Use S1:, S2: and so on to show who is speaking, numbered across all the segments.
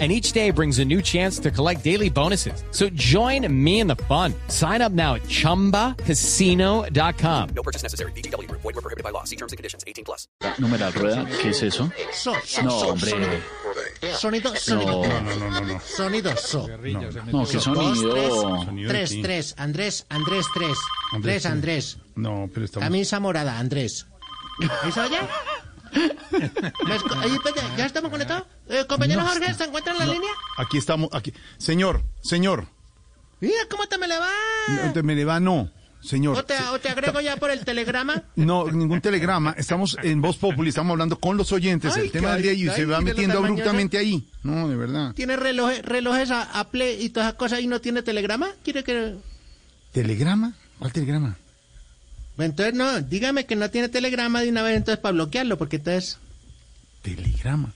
S1: and each day brings a new chance to collect daily bonuses. So join me in the fun. Sign up now at ChumbaCasino.com.
S2: No purchase necessary. BGW. Void were prohibited by law. See terms and conditions. 18 plus.
S3: Numeral rueda, ¿qué es eso?
S4: So, so,
S3: No,
S4: so,
S3: hombre.
S4: Sonido, sonido.
S3: No,
S4: no, no, no, Sonido, so.
S3: No, qué
S4: Dos,
S3: sonido.
S4: tres, tres, tres. Andrés, Andrés, tres. Tres, Andrés.
S5: No, pero estamos.
S4: Camisa morada, Andrés. ¿Ahí se oye? ¿Me escu- ahí, espérate, ¿Ya estamos conectados? Eh, compañero Jorge, ¿se encuentra en la línea?
S5: Aquí estamos, aquí. Señor, señor,
S4: Mira cómo te me le va.
S5: te- me le va no, señor.
S4: O te, o te agrego ya por el telegrama.
S5: No, ningún telegrama. Estamos en Voz Populi, estamos hablando con los oyentes,
S4: Ay,
S5: el tema del día y
S4: ay,
S5: se
S4: ay,
S5: va
S4: mira
S5: metiendo
S4: la mañana.
S5: abruptamente ahí. No, de verdad.
S4: ¿Tiene relojes, relojes a Apple y todas esas cosas y no tiene telegrama? ¿Quiere que...?
S5: ¿Telegrama? ¿Cuál telegrama?
S4: Entonces no, dígame que no tiene telegrama de una vez entonces para bloquearlo, porque entonces...
S5: Telegrama.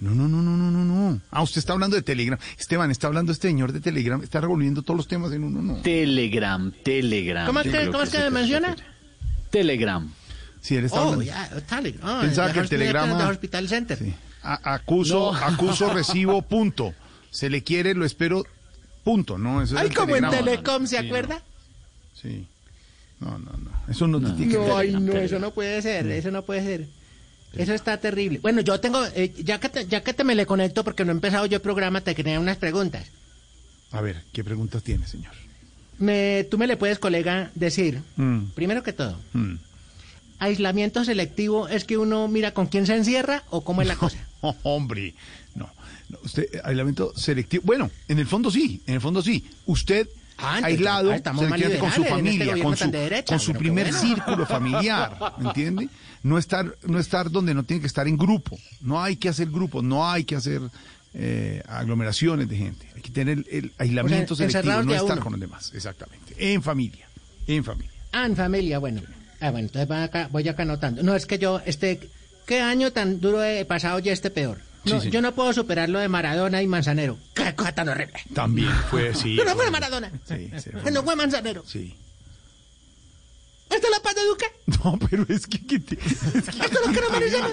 S5: No, no, no, no, no, no, no. Ah, usted está hablando de Telegram. Esteban, está hablando este señor de Telegram. Está revolviendo todos los temas en uno, no.
S3: Telegram, Telegram.
S4: ¿Cómo es que,
S3: Creo
S4: ¿cómo es que me
S3: se
S4: menciona?
S3: Telegram.
S5: Sí, él está
S4: Oh,
S5: hablando.
S4: ya, Telegram. Ah,
S5: Pensaba
S4: de
S5: que Oh, el
S4: Hos- de-
S5: telegrama-
S4: de Hospital Center.
S5: Sí. A- acuso, acuso, recibo, punto. Se le quiere, lo espero, punto. No, eso es
S4: Ay,
S5: el
S4: como en
S5: telegrama.
S4: Telecom, ¿se acuerda?
S5: Sí. No, no, no. Eso no, te tiene que
S4: No,
S5: ver.
S4: ay, no,
S3: Telegram.
S4: eso no puede ser, eso no puede ser. Eso está terrible. Bueno, yo tengo, eh, ya, que te, ya que te me le conecto porque no he empezado yo el programa, te quería unas preguntas.
S5: A ver, ¿qué preguntas tiene, señor?
S4: Me, tú me le puedes, colega, decir,
S5: Mm.
S4: primero que todo,
S5: Mm.
S4: aislamiento selectivo es que uno mira con quién se encierra o cómo es la cosa.
S5: Oh, hombre, no. no, usted, aislamiento selectivo. Bueno, en el fondo sí, en el fondo sí. Usted
S4: Ah, entonces,
S5: aislado,
S4: ah, estamos más
S5: selectivamente con
S4: liberales
S5: su
S4: en este
S5: familia,
S4: gobierno
S5: con su,
S4: tan de derecha,
S5: con su
S4: pero qué
S5: primer
S4: bueno.
S5: círculo familiar, ¿me entiende? No estar, no estar donde no tiene que estar en grupo. No hay que hacer grupos, no hay que hacer eh, aglomeraciones de gente. Hay que tener el, aislamiento
S4: O sea,
S5: selectivo,
S4: encerrados
S5: no
S4: de a
S5: estar
S4: uno.
S5: con los demás. Exactamente. En familia, en familia.
S4: Ah, en familia, bueno. Ah, bueno, entonces van acá- voy acá anotando. No, es que yo, este, ¿qué año tan duro he pasado y este peor? No,
S5: Sí, sí.
S4: yo no puedo superar lo de Maradona y Manzanero. ¡Qué cosa tan horrible!
S5: También fue, sí.
S4: ¡Pero no fue Maradona!
S5: Sí, sí, fue-
S4: ¡No fue Manzanero!
S5: sí.
S4: ¡Esto es la paz de Duque!
S5: No, pero es que, que te- es que-
S4: ¡Esto es lo que no merecemos!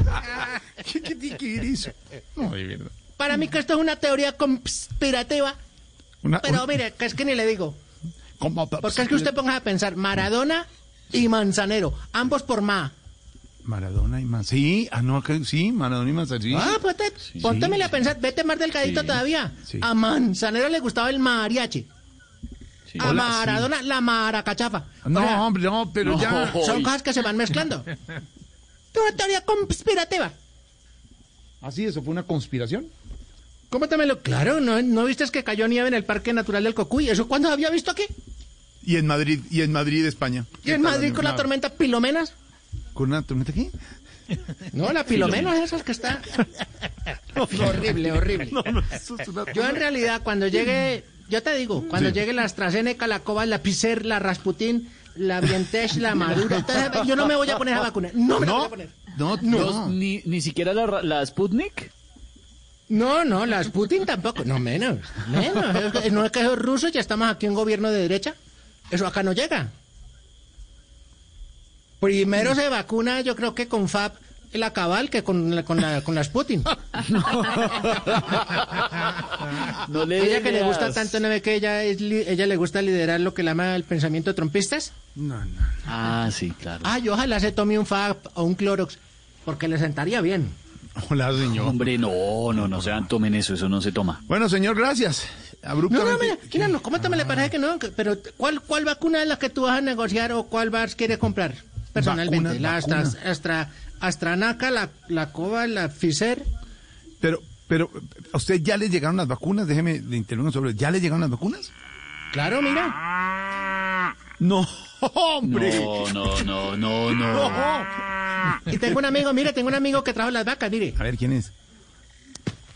S5: ¿Qué, qué tiene que ver eso? No, de verdad.
S4: Para mí que esto es una teoría conspirativa.
S5: Una-
S4: Pero
S5: una-
S4: mire, que es que ni le digo.
S5: ¿cómo?
S4: Porque es que usted ponga a pensar Maradona y Manzanero. Ambos por ma.
S5: Maradona y Manzanero. Sí, ah, no, acá, sí, Maradona y Manzanero. sí.
S4: Ah, pues te, póntemele a pensar. Vete más delgadito todavía. A Manzanero le gustaba el mariachi. A
S5: Hola, sí.
S4: Maradona, la maracachafa. O
S5: no,
S4: sea,
S5: hombre, no, pero ya.
S4: son cosas que se van mezclando. Una teoría conspirativa.
S5: Así, eso fue una conspiración.
S4: ¿Cómo te me lo...? Claro, ¿no, ¿no viste que cayó nieve en el Parque Natural del Cocuy? ¿Eso cuándo había visto aquí?
S5: Y en Madrid, y en Madrid, España.
S4: ¿Y en Madrid con la
S5: Claro.
S4: tormenta Pilomenas?
S5: ¿Con una tormenta aquí?
S4: No, la Pilomenas esas que está... horrible, horrible.
S5: Eso es una-
S4: Yo en realidad cuando llegue, yo te digo, cuando llegue la AstraZeneca, la Cobas, la Pfizer, la Rasputin, la Bientech, la Maduro, entonces, yo no me voy a poner a vacunar. No me la voy a
S5: No,
S4: poner.
S5: no,
S3: Dos,
S5: no.
S3: ni, ni siquiera la, ra- la Sputnik.
S4: No, no, la Putin tampoco. No, menos. Menos. Es que- No es que esos rusos ya estamos aquí en gobierno de derecha. Eso acá no llega. Primero se vacuna, yo creo que con FAB la cabal que con la, con la, con la Putin.
S3: No le
S4: Ah, Ella que le
S3: leas.
S4: gusta tanto, ¿no ve que ella, es li- ella le gusta liderar lo que le llama el pensamiento trompistas?
S5: No, no.
S3: Ah, sí, claro.
S4: Ay, ojalá se tome un FAB o un Clorox, porque le sentaría bien.
S5: Hola, señor.
S3: Hombre, no, no, no sean, tomen eso, eso no se toma.
S5: Bueno, señor, gracias.
S4: No,
S5: Abruptamente.
S4: no, mira, mira, no, ¿cómo te me le parece que no? Que- Pero ¿cuál, ¿cuál vacuna es la que tú vas a negociar o cuál vas quieres comprar personalmente?
S5: Vacuna,
S4: la
S5: vacuna.
S4: Astra, Astra- Astranaca, la, la Cova, la Pfizer.
S5: Pero, pero, ¿a usted ya le llegaron las vacunas? Déjeme, le intervengo sobre. ¿Ya le llegaron las vacunas?
S4: Claro, mira.
S5: No, hombre.
S3: No, no, no, no, no.
S5: A
S4: Y tengo un amigo, mira, tengo un amigo que trajo las vacas, mire.
S5: ver, ¿quién es?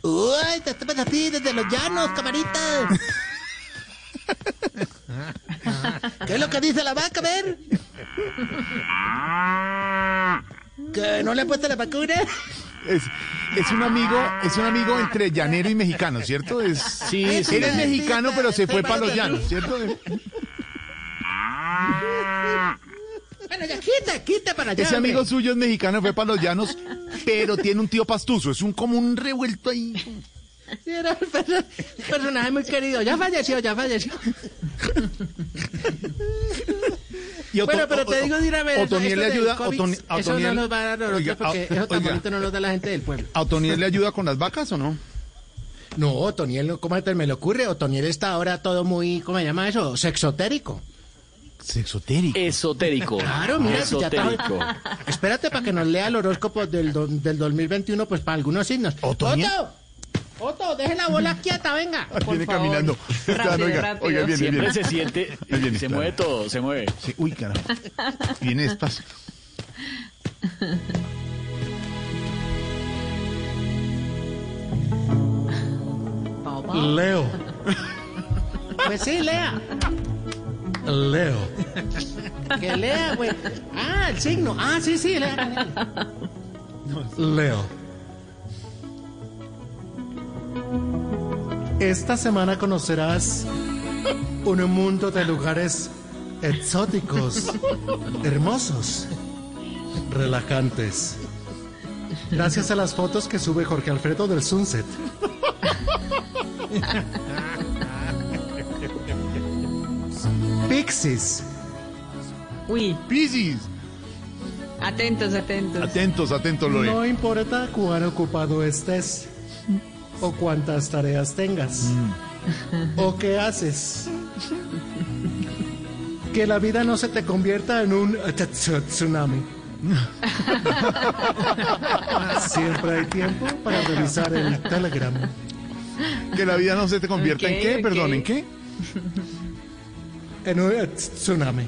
S4: Uy, te estás a ti desde los llanos, camarita. ¿Qué es lo que dice la vaca, a ver?
S6: ¿Que no le han puesto la vacuna?
S5: Es, es un amigo, es un amigo entre llanero y mexicano, ¿cierto? Es,
S3: Sí, sí.
S5: Eres mexicano, pero se fue para los llanos, ¿cierto?
S6: Bueno, ya quita, quita para allá.
S5: Ese
S6: hombre.
S5: amigo suyo es mexicano, fue para los llanos, pero tiene un tío pastuso. Es un como un revuelto ahí.
S6: Sí, era un perso- personaje muy querido. Ya falleció, ya falleció.
S5: Y Oto-
S6: bueno, pero te
S5: o-
S6: digo de una vez.
S5: Otoniel le
S6: esto del
S5: ayuda.
S6: COVID,
S5: Otoni- a
S6: Eso no
S5: Otoniel-
S6: nos va a dar a
S5: Oiga,
S6: nosotros porque
S5: a-
S6: eso tan
S5: oiga,
S6: bonito no nos da la gente del pueblo.
S5: ¿A Otoniel le ayuda con las vacas o no?
S6: No, Otoniel, ¿cómo te me le ocurre? Otoniel está ahora todo muy, ¿cómo se llama eso? Sexotérico. Eh,
S5: Sexotérico.
S3: Esotérico.
S6: Claro, mira, si ya está-
S3: Esotérico.
S6: Espérate para que nos lea el horóscopo del, do- del 2021, pues para algunos signos.
S5: Otoniel.
S6: ¡Oto! ¡Oto, deje la bola quieta, venga!
S5: viene
S7: favor.
S5: caminando.
S7: Rápido,
S5: Claro, oiga,
S7: rápido.
S5: oiga, viene,
S3: Siempre
S5: viene.
S3: se siente.
S5: viene,
S3: Se
S5: claro.
S3: mueve todo, se mueve.
S5: Sí, uy, carajo. Viene despacio.
S6: Leo. Pues sí, lea. Leo. Que lea, güey. Ah, el signo. Ah, sí, sí, lea. Leo. Esta semana conocerás un mundo de lugares exóticos, hermosos, relajantes. Gracias a las fotos que sube Jorge Alfredo del Sunset. Pixies.
S7: Uy,
S5: Piscis.
S7: atentos, atentos.
S5: Atentos, atentos, Lore.
S6: No importa cuán ocupado estés, o cuántas tareas tengas, o qué haces. Que la vida no se te convierta en un tsunami. Siempre hay tiempo para revisar el Telegram.
S5: Que la vida no se te convierta en
S7: Ok,
S5: qué,
S7: ok.
S5: perdón, en qué.
S6: En un tsunami.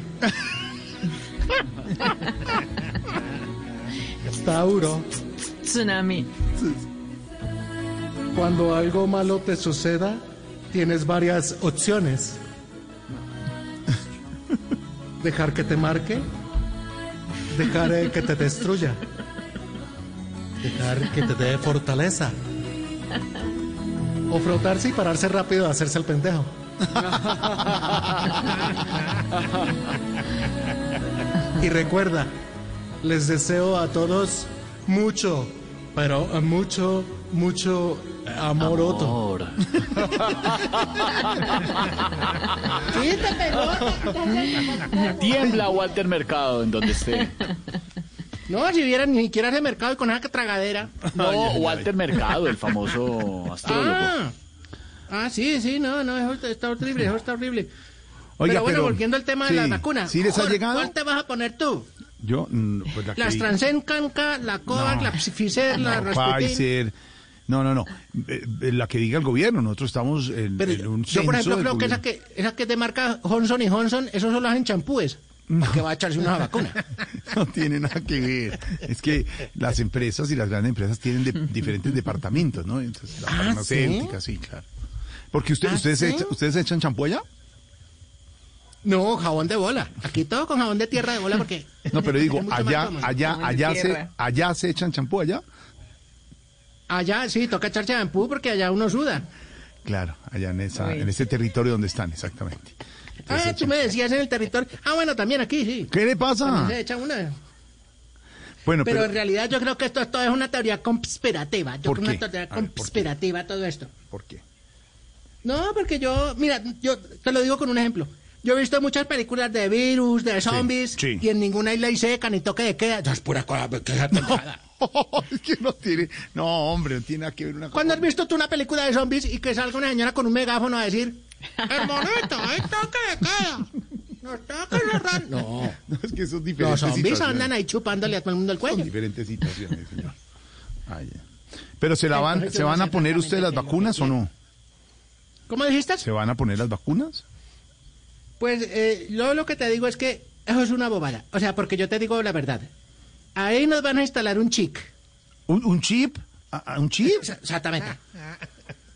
S6: Tauro.
S7: Tsunami.
S6: Cuando algo malo te suceda, tienes varias opciones. Dejar que te marque, dejar eh, que te destruya, dejar que te dé fortaleza, o frotarse y pararse rápido a hacerse el pendejo. Y recuerda, les deseo a todos mucho, pero eh, mucho, mucho eh, amor otro.
S3: Ahora. Tiembla Walter Mercado en donde esté.
S6: No, si vieran ni siquiera ese mercado y con esa tragadera.
S3: No, Walter Mercado, el famoso astrólogo.
S6: Ah, ah, sí, sí, no, no, eso está- está horrible, eso está horrible.
S5: Oiga,
S6: pero bueno,
S5: pero-
S6: volviendo al tema
S5: sí,
S6: de las vacunas.
S5: ¿sí les ha
S6: Jorge,
S5: llegado?
S6: ¿Cuál te vas a poner tú?
S5: Yo, mm, pues la que
S6: Las
S5: diga.
S6: Transen, Canca, la Covax,
S5: No.
S6: la Pfizer, la
S5: No,
S6: Rasputin.
S5: Pfizer. No, no, no. Eh, eh, La que diga el gobierno. Nosotros estamos en,
S6: Pero
S5: en un
S6: yo, por
S5: censo
S6: ejemplo,
S5: del
S6: creo que
S5: gobierno.
S6: esa que, esa que es de marca Johnson y Johnson, eso solo hacen champúes. ¿Para qué va a echarse una vacuna?
S5: No tiene nada que ver. Es que las empresas y las grandes empresas tienen de- diferentes departamentos, ¿no? Entonces, la
S6: Ah,
S5: farmacéutica, ¿sí? claro. Porque usted,
S6: ¿Ah,
S5: ustedes,
S6: sí?
S5: echan, ¿ustedes echan champú allá?
S6: No, jabón de bola. Aquí todo con jabón de tierra de bola porque...
S5: No, pero digo,
S6: es mucho más
S5: allá,
S6: cómodo.
S5: allá,
S7: Como en
S5: allá se,
S7: tierra.
S5: allá se echan champú allá.
S6: Allá sí, toca echar champú porque allá uno suda.
S5: Claro, allá en esa,
S7: Uy.
S5: en ese territorio donde están, exactamente. Entonces,
S6: Ah, tú me decías en el territorio. Ah, bueno, también aquí, sí.
S5: ¿Qué le pasa?
S6: También se echa una.
S5: Bueno,
S6: Pero,
S5: pero,
S6: en realidad yo creo que esto, esto es una teoría conspirativa. Yo
S5: ¿Por
S6: creo que
S5: qué?
S6: una teoría
S5: A ver, ¿por qué?
S6: conspirativa todo esto.
S5: ¿por qué?
S6: No, porque yo, mira, yo te lo digo con un ejemplo. Yo he visto muchas películas de virus, de zombies,
S5: sí.
S6: y en ninguna hay ley seca ni toque de queda. Ya es pura cosa, que esa pendejada.
S5: es que no tiene, no hombre, no tiene nada que ver una cosa.
S6: ¿Cuándo has visto tú una película de zombies y que salga una señora con un megáfono a decir, hermanito, hay toque de queda? Nos toca cerrar. No,
S5: No, es que son
S6: los
S5: diferentes
S6: zombies
S5: situaciones.
S6: andan ahí chupándole a todo el mundo el
S5: Son
S6: cuello.
S5: diferentes situaciones, señor. Ay, ya. Pero se la van,
S6: Entonces,
S5: se
S6: yo no
S5: van a
S6: sé
S5: poner ustedes las
S6: exactamente
S5: vacunas
S6: qué
S5: o no?
S6: ¿Cómo dijiste?
S5: ¿Se van a poner las vacunas?
S6: Pues eh, yo lo que te digo es que eso es una bobada. O sea, porque yo te digo la verdad. Ahí nos van a instalar un chip.
S5: ¿Un, un chip? ¿A- a ¿Un chip?
S6: Ex- Exactamente.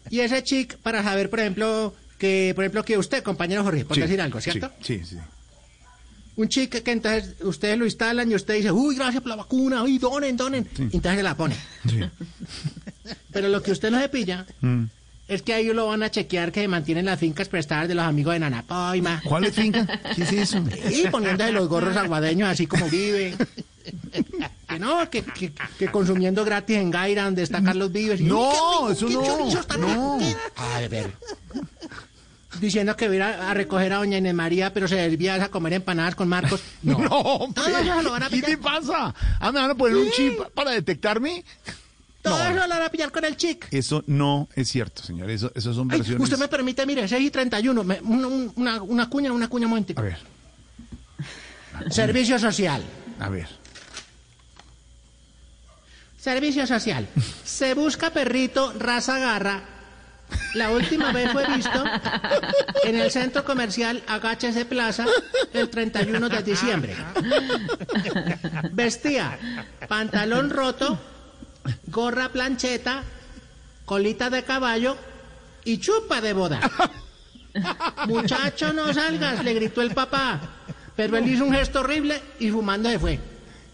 S6: Y ese chip para saber, por ejemplo, que por ejemplo que usted, compañero Jorge, por
S5: Sí,
S6: decir algo, ¿cierto?
S5: Sí, sí, sí.
S6: un chique que entonces ustedes lo instalan y usted dice, uy, gracias por la vacuna, uy, donen, donen. Y entonces se la pone.
S5: Sí.
S6: Pero lo que usted no se pilla
S5: Mm.
S6: es que ahí lo van a chequear que mantienen las fincas prestadas de los amigos de Nanapoima.
S5: ¿Cuál es finca? ¿Qué es eso?
S6: Y poniéndose los gorros aguadeños así como vive. Que no, que, que, que consumiendo gratis en Gaira, donde está Carlos Vives. Y,
S5: No,
S6: "Uy, qué
S5: eso
S6: rico, qué
S5: no,
S6: chorizos tan
S5: no.
S6: ricos". A ver. Diciendo que va a ir a, a recoger a doña Inés María, pero se desvía a comer empanadas con Marcos. No.
S5: No, hombre.
S6: Todo eso lo van a
S5: ¿Qué te
S6: pillar.
S5: pasa? Ah, me van a poner un chip para detectarme.
S6: Todo eso lo van a pillar con el chic.
S5: Eso no es cierto, señor. Eso, eso son
S6: Ay,
S5: versiones.
S6: usted me permite, mire, 6 y 31. me- un- un- una, una cuña, una cuña, un momento.
S5: A ver,
S6: Servicio social.
S5: a ver.
S6: Servicio social. Se busca perrito raza garra. La última vez fue visto en el centro comercial Agáchese Plaza el 31 de diciembre. Vestía pantalón roto, gorra plancheta, colita de caballo y chupa de boda. Muchacho, no salgas, le gritó el papá. Pero él hizo un gesto horrible y fumando se fue.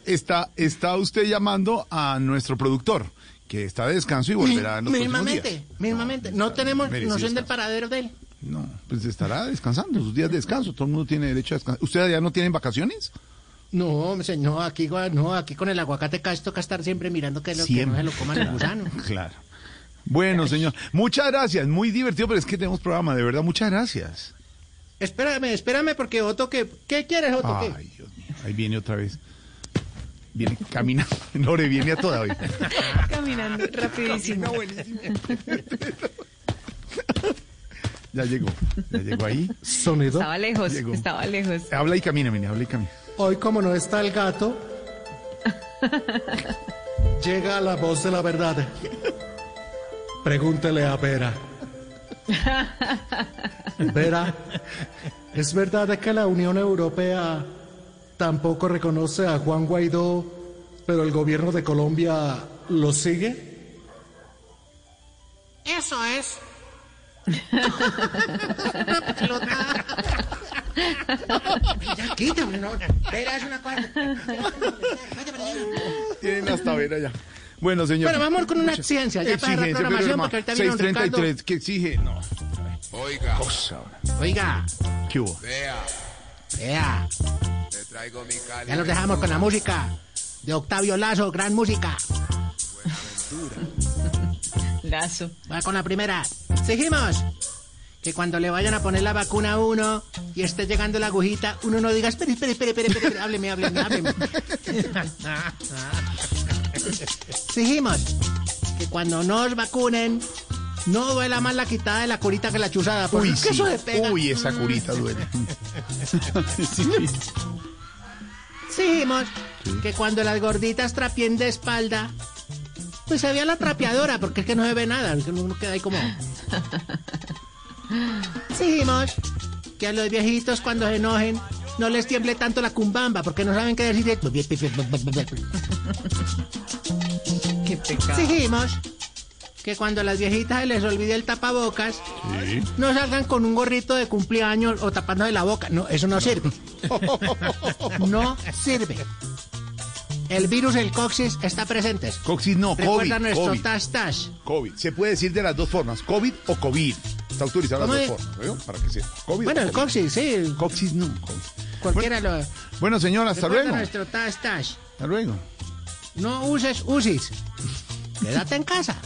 S5: Está, está usted llamando a nuestro productor, que está de descanso y volverá en los próximos
S6: Mismamente,
S5: días.
S6: mismamente. No,
S5: está-
S6: tenemos
S5: merece
S6: noción del
S5: descanso.
S6: paradero de él.
S5: No, pues estará descansando, sus días de descanso. Todo el mundo tiene derecho a descansar. ¿Ustedes ya no tienen vacaciones?
S6: No, señor, no, aquí, gua- no, aquí con el aguacate casi toca estar siempre mirando que, lo, que no se lo coman el gusano.
S5: Claro. Bueno, señor. Muchas gracias. Muy divertido, pero es que tenemos programa, de verdad. Muchas gracias.
S6: espérame, espérame, porque Otto, ¿qué, qué quieres, Otto? qué?
S5: Ay, Dios mío. Ahí viene otra vez. Viene caminando. Lore, viene a toda hoy.
S7: Caminando rapidísimo.
S5: Ya llegó. Ya llegó ahí.
S6: Sonido.
S7: Estaba lejos,
S5: Llegó.
S7: estaba lejos.
S5: Habla y camina, mire, habla y camina.
S6: Hoy, como no está el gato, llega la voz de la verdad. Pregúntele a Vera. Vera, ¿es verdad que la Unión Europea tampoco reconoce a Juan Guaidó, pero el gobierno de Colombia lo sigue?
S8: Eso es.
S6: Vera es una cosa.
S5: Tienen hasta ver allá. Bueno, señor.
S6: Bueno, vamos con una exigencia. Ya para
S5: Exigencia,
S6: la
S5: pero,
S6: programación,
S5: hermano,
S6: porque ahorita viene don
S5: 633,
S6: Ricardo.
S5: que exige. No,
S8: Oiga,
S5: cosa.
S6: Oiga,
S5: ¿Qué hubo?
S8: vea,
S6: vea.
S8: te traigo mi cali.
S6: Ya los dejamos con la música de Octavio Lazo, gran música.
S7: Lazo.
S6: Va con la primera. Seguimos. Que cuando le vayan a poner la vacuna a uno y esté llegando la agujita, uno no diga, espere, espere, espere, espere, espere, hábleme, hábleme, hábleme. Seguimos. Que cuando nos vacunen, no duela más la quitada de la curita que la chuzada. Porque
S5: Uy,
S6: Pues, es que
S5: sí.
S6: eso se pega. Mm.
S5: Uy, esa curita duele.
S6: Dijimos que cuando las gorditas trapien de espalda, pues se veía la trapeadora, porque es que no se ve nada, porque uno queda ahí como. Dijimos que a los viejitos cuando se enojen no les tiemble tanto la cumbamba, porque no saben qué decir.
S7: Qué pecado.
S6: Dijimos que cuando a las viejitas se les olvide el tapabocas, no salgan con un gorrito de cumpleaños o tapándose la boca. No, eso no sirve. No sirve. El virus, el coxis, está presente.
S5: Coxis no, COVID.
S6: Recuerda nuestro
S5: COVID,
S6: tash tash.
S5: COVID. Se puede decir de las dos formas, COVID o COVID. Está autorizado las
S6: ¿Cómo
S5: dos
S6: es?
S5: formas, ¿veo? Para que sea. COVID
S6: Bueno,
S5: o
S6: el coxis, sí.
S5: Coxis no, COVID.
S6: Cualquiera lo.
S5: Bueno, señor, hasta
S6: Recuerda
S5: luego.
S6: nuestro tash tash.
S5: Hasta luego.
S6: No uses usis. Quédate en casa.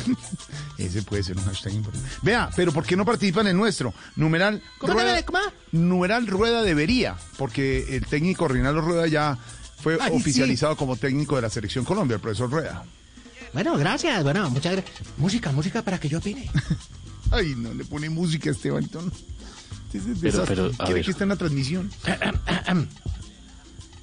S5: Ese puede ser un hashtag importante. Vea, pero ¿por qué no participan en el nuestro? Numeral
S6: ¿Cómo debe de- cómo?
S5: numeral rueda debería, porque el técnico Reinaldo Rueda ya fue
S6: Ay,
S5: oficializado como técnico de la selección Colombia, el profesor Rueda.
S6: Bueno, gracias. Bueno, muchas gracias. Música, música para que yo opine.
S5: Ay, no le pone música a Esteban Tono. Ese es
S3: Pero,
S5: desastre.
S3: pero, a
S5: ¿Quiere
S3: ver.
S5: que está en la transmisión?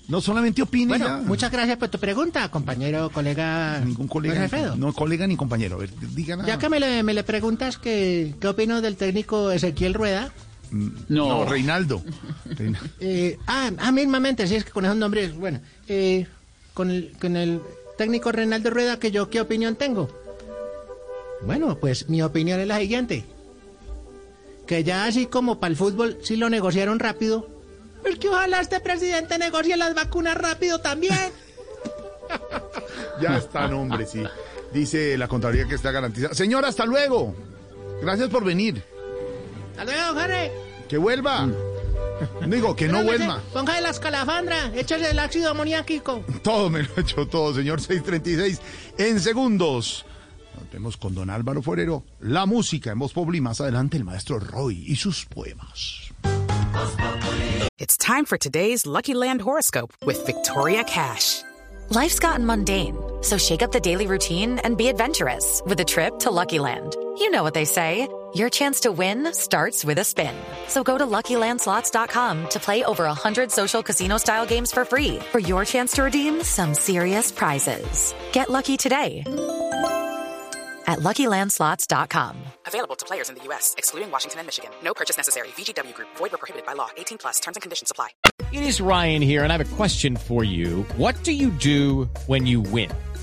S5: no solamente opine
S6: Bueno,
S5: ya.
S6: muchas gracias por tu pregunta, compañero, colega.
S5: Ningún colega.
S6: Jorge
S5: ni-
S6: Alfredo.
S5: No, colega ni compañero. A ver, diga nada.
S6: Ya que me le, me le preguntas que, qué opino del técnico Ezequiel Rueda.
S5: No,
S3: No,
S5: Reinaldo. Reina-
S6: eh, ah, ah, mismamente, si es que con esos nombres, bueno, eh, con, el, con el técnico Reinaldo Rueda, que yo qué opinión tengo. Bueno, pues mi opinión es la siguiente. Que ya así como para el fútbol sí lo negociaron rápido, Porque ojalá este presidente negocie las vacunas rápido también.
S5: Ya están, hombre, sí. Dice la contabilidad que está garantizada. Señora, hasta luego. Gracias por venir.
S6: Hasta luego, Jorge.
S5: Que vuelva. No digo, que no
S6: Espérame,
S5: vuelva.
S6: se- Póngase las calafandras, échase el ácido amoníaco.
S5: Todo me lo he hecho todo, señor 636. En segundos. Nos vemos con don Álvaro Forero. La música en Voz Populi. Más adelante, el maestro Roy y sus poemas.
S9: It's time for today's Lucky Land horoscope with Victoria Cash.
S10: Life's gotten mundane, so shake up the daily routine and be adventurous with a trip to Lucky Land. You know what they say your chance to win starts with a spin. So go to luckylandslots.com to play over 100 social casino style games for free for your chance to redeem some serious prizes. Get lucky today at luckylandslots.com.
S9: Available to players in the U.S., excluding Washington and Michigan. No purchase necessary. VGW Group, void or prohibited by law. 18 plus terms and conditions apply.
S1: It is Ryan here, and I have a question for you. What do you do when you win?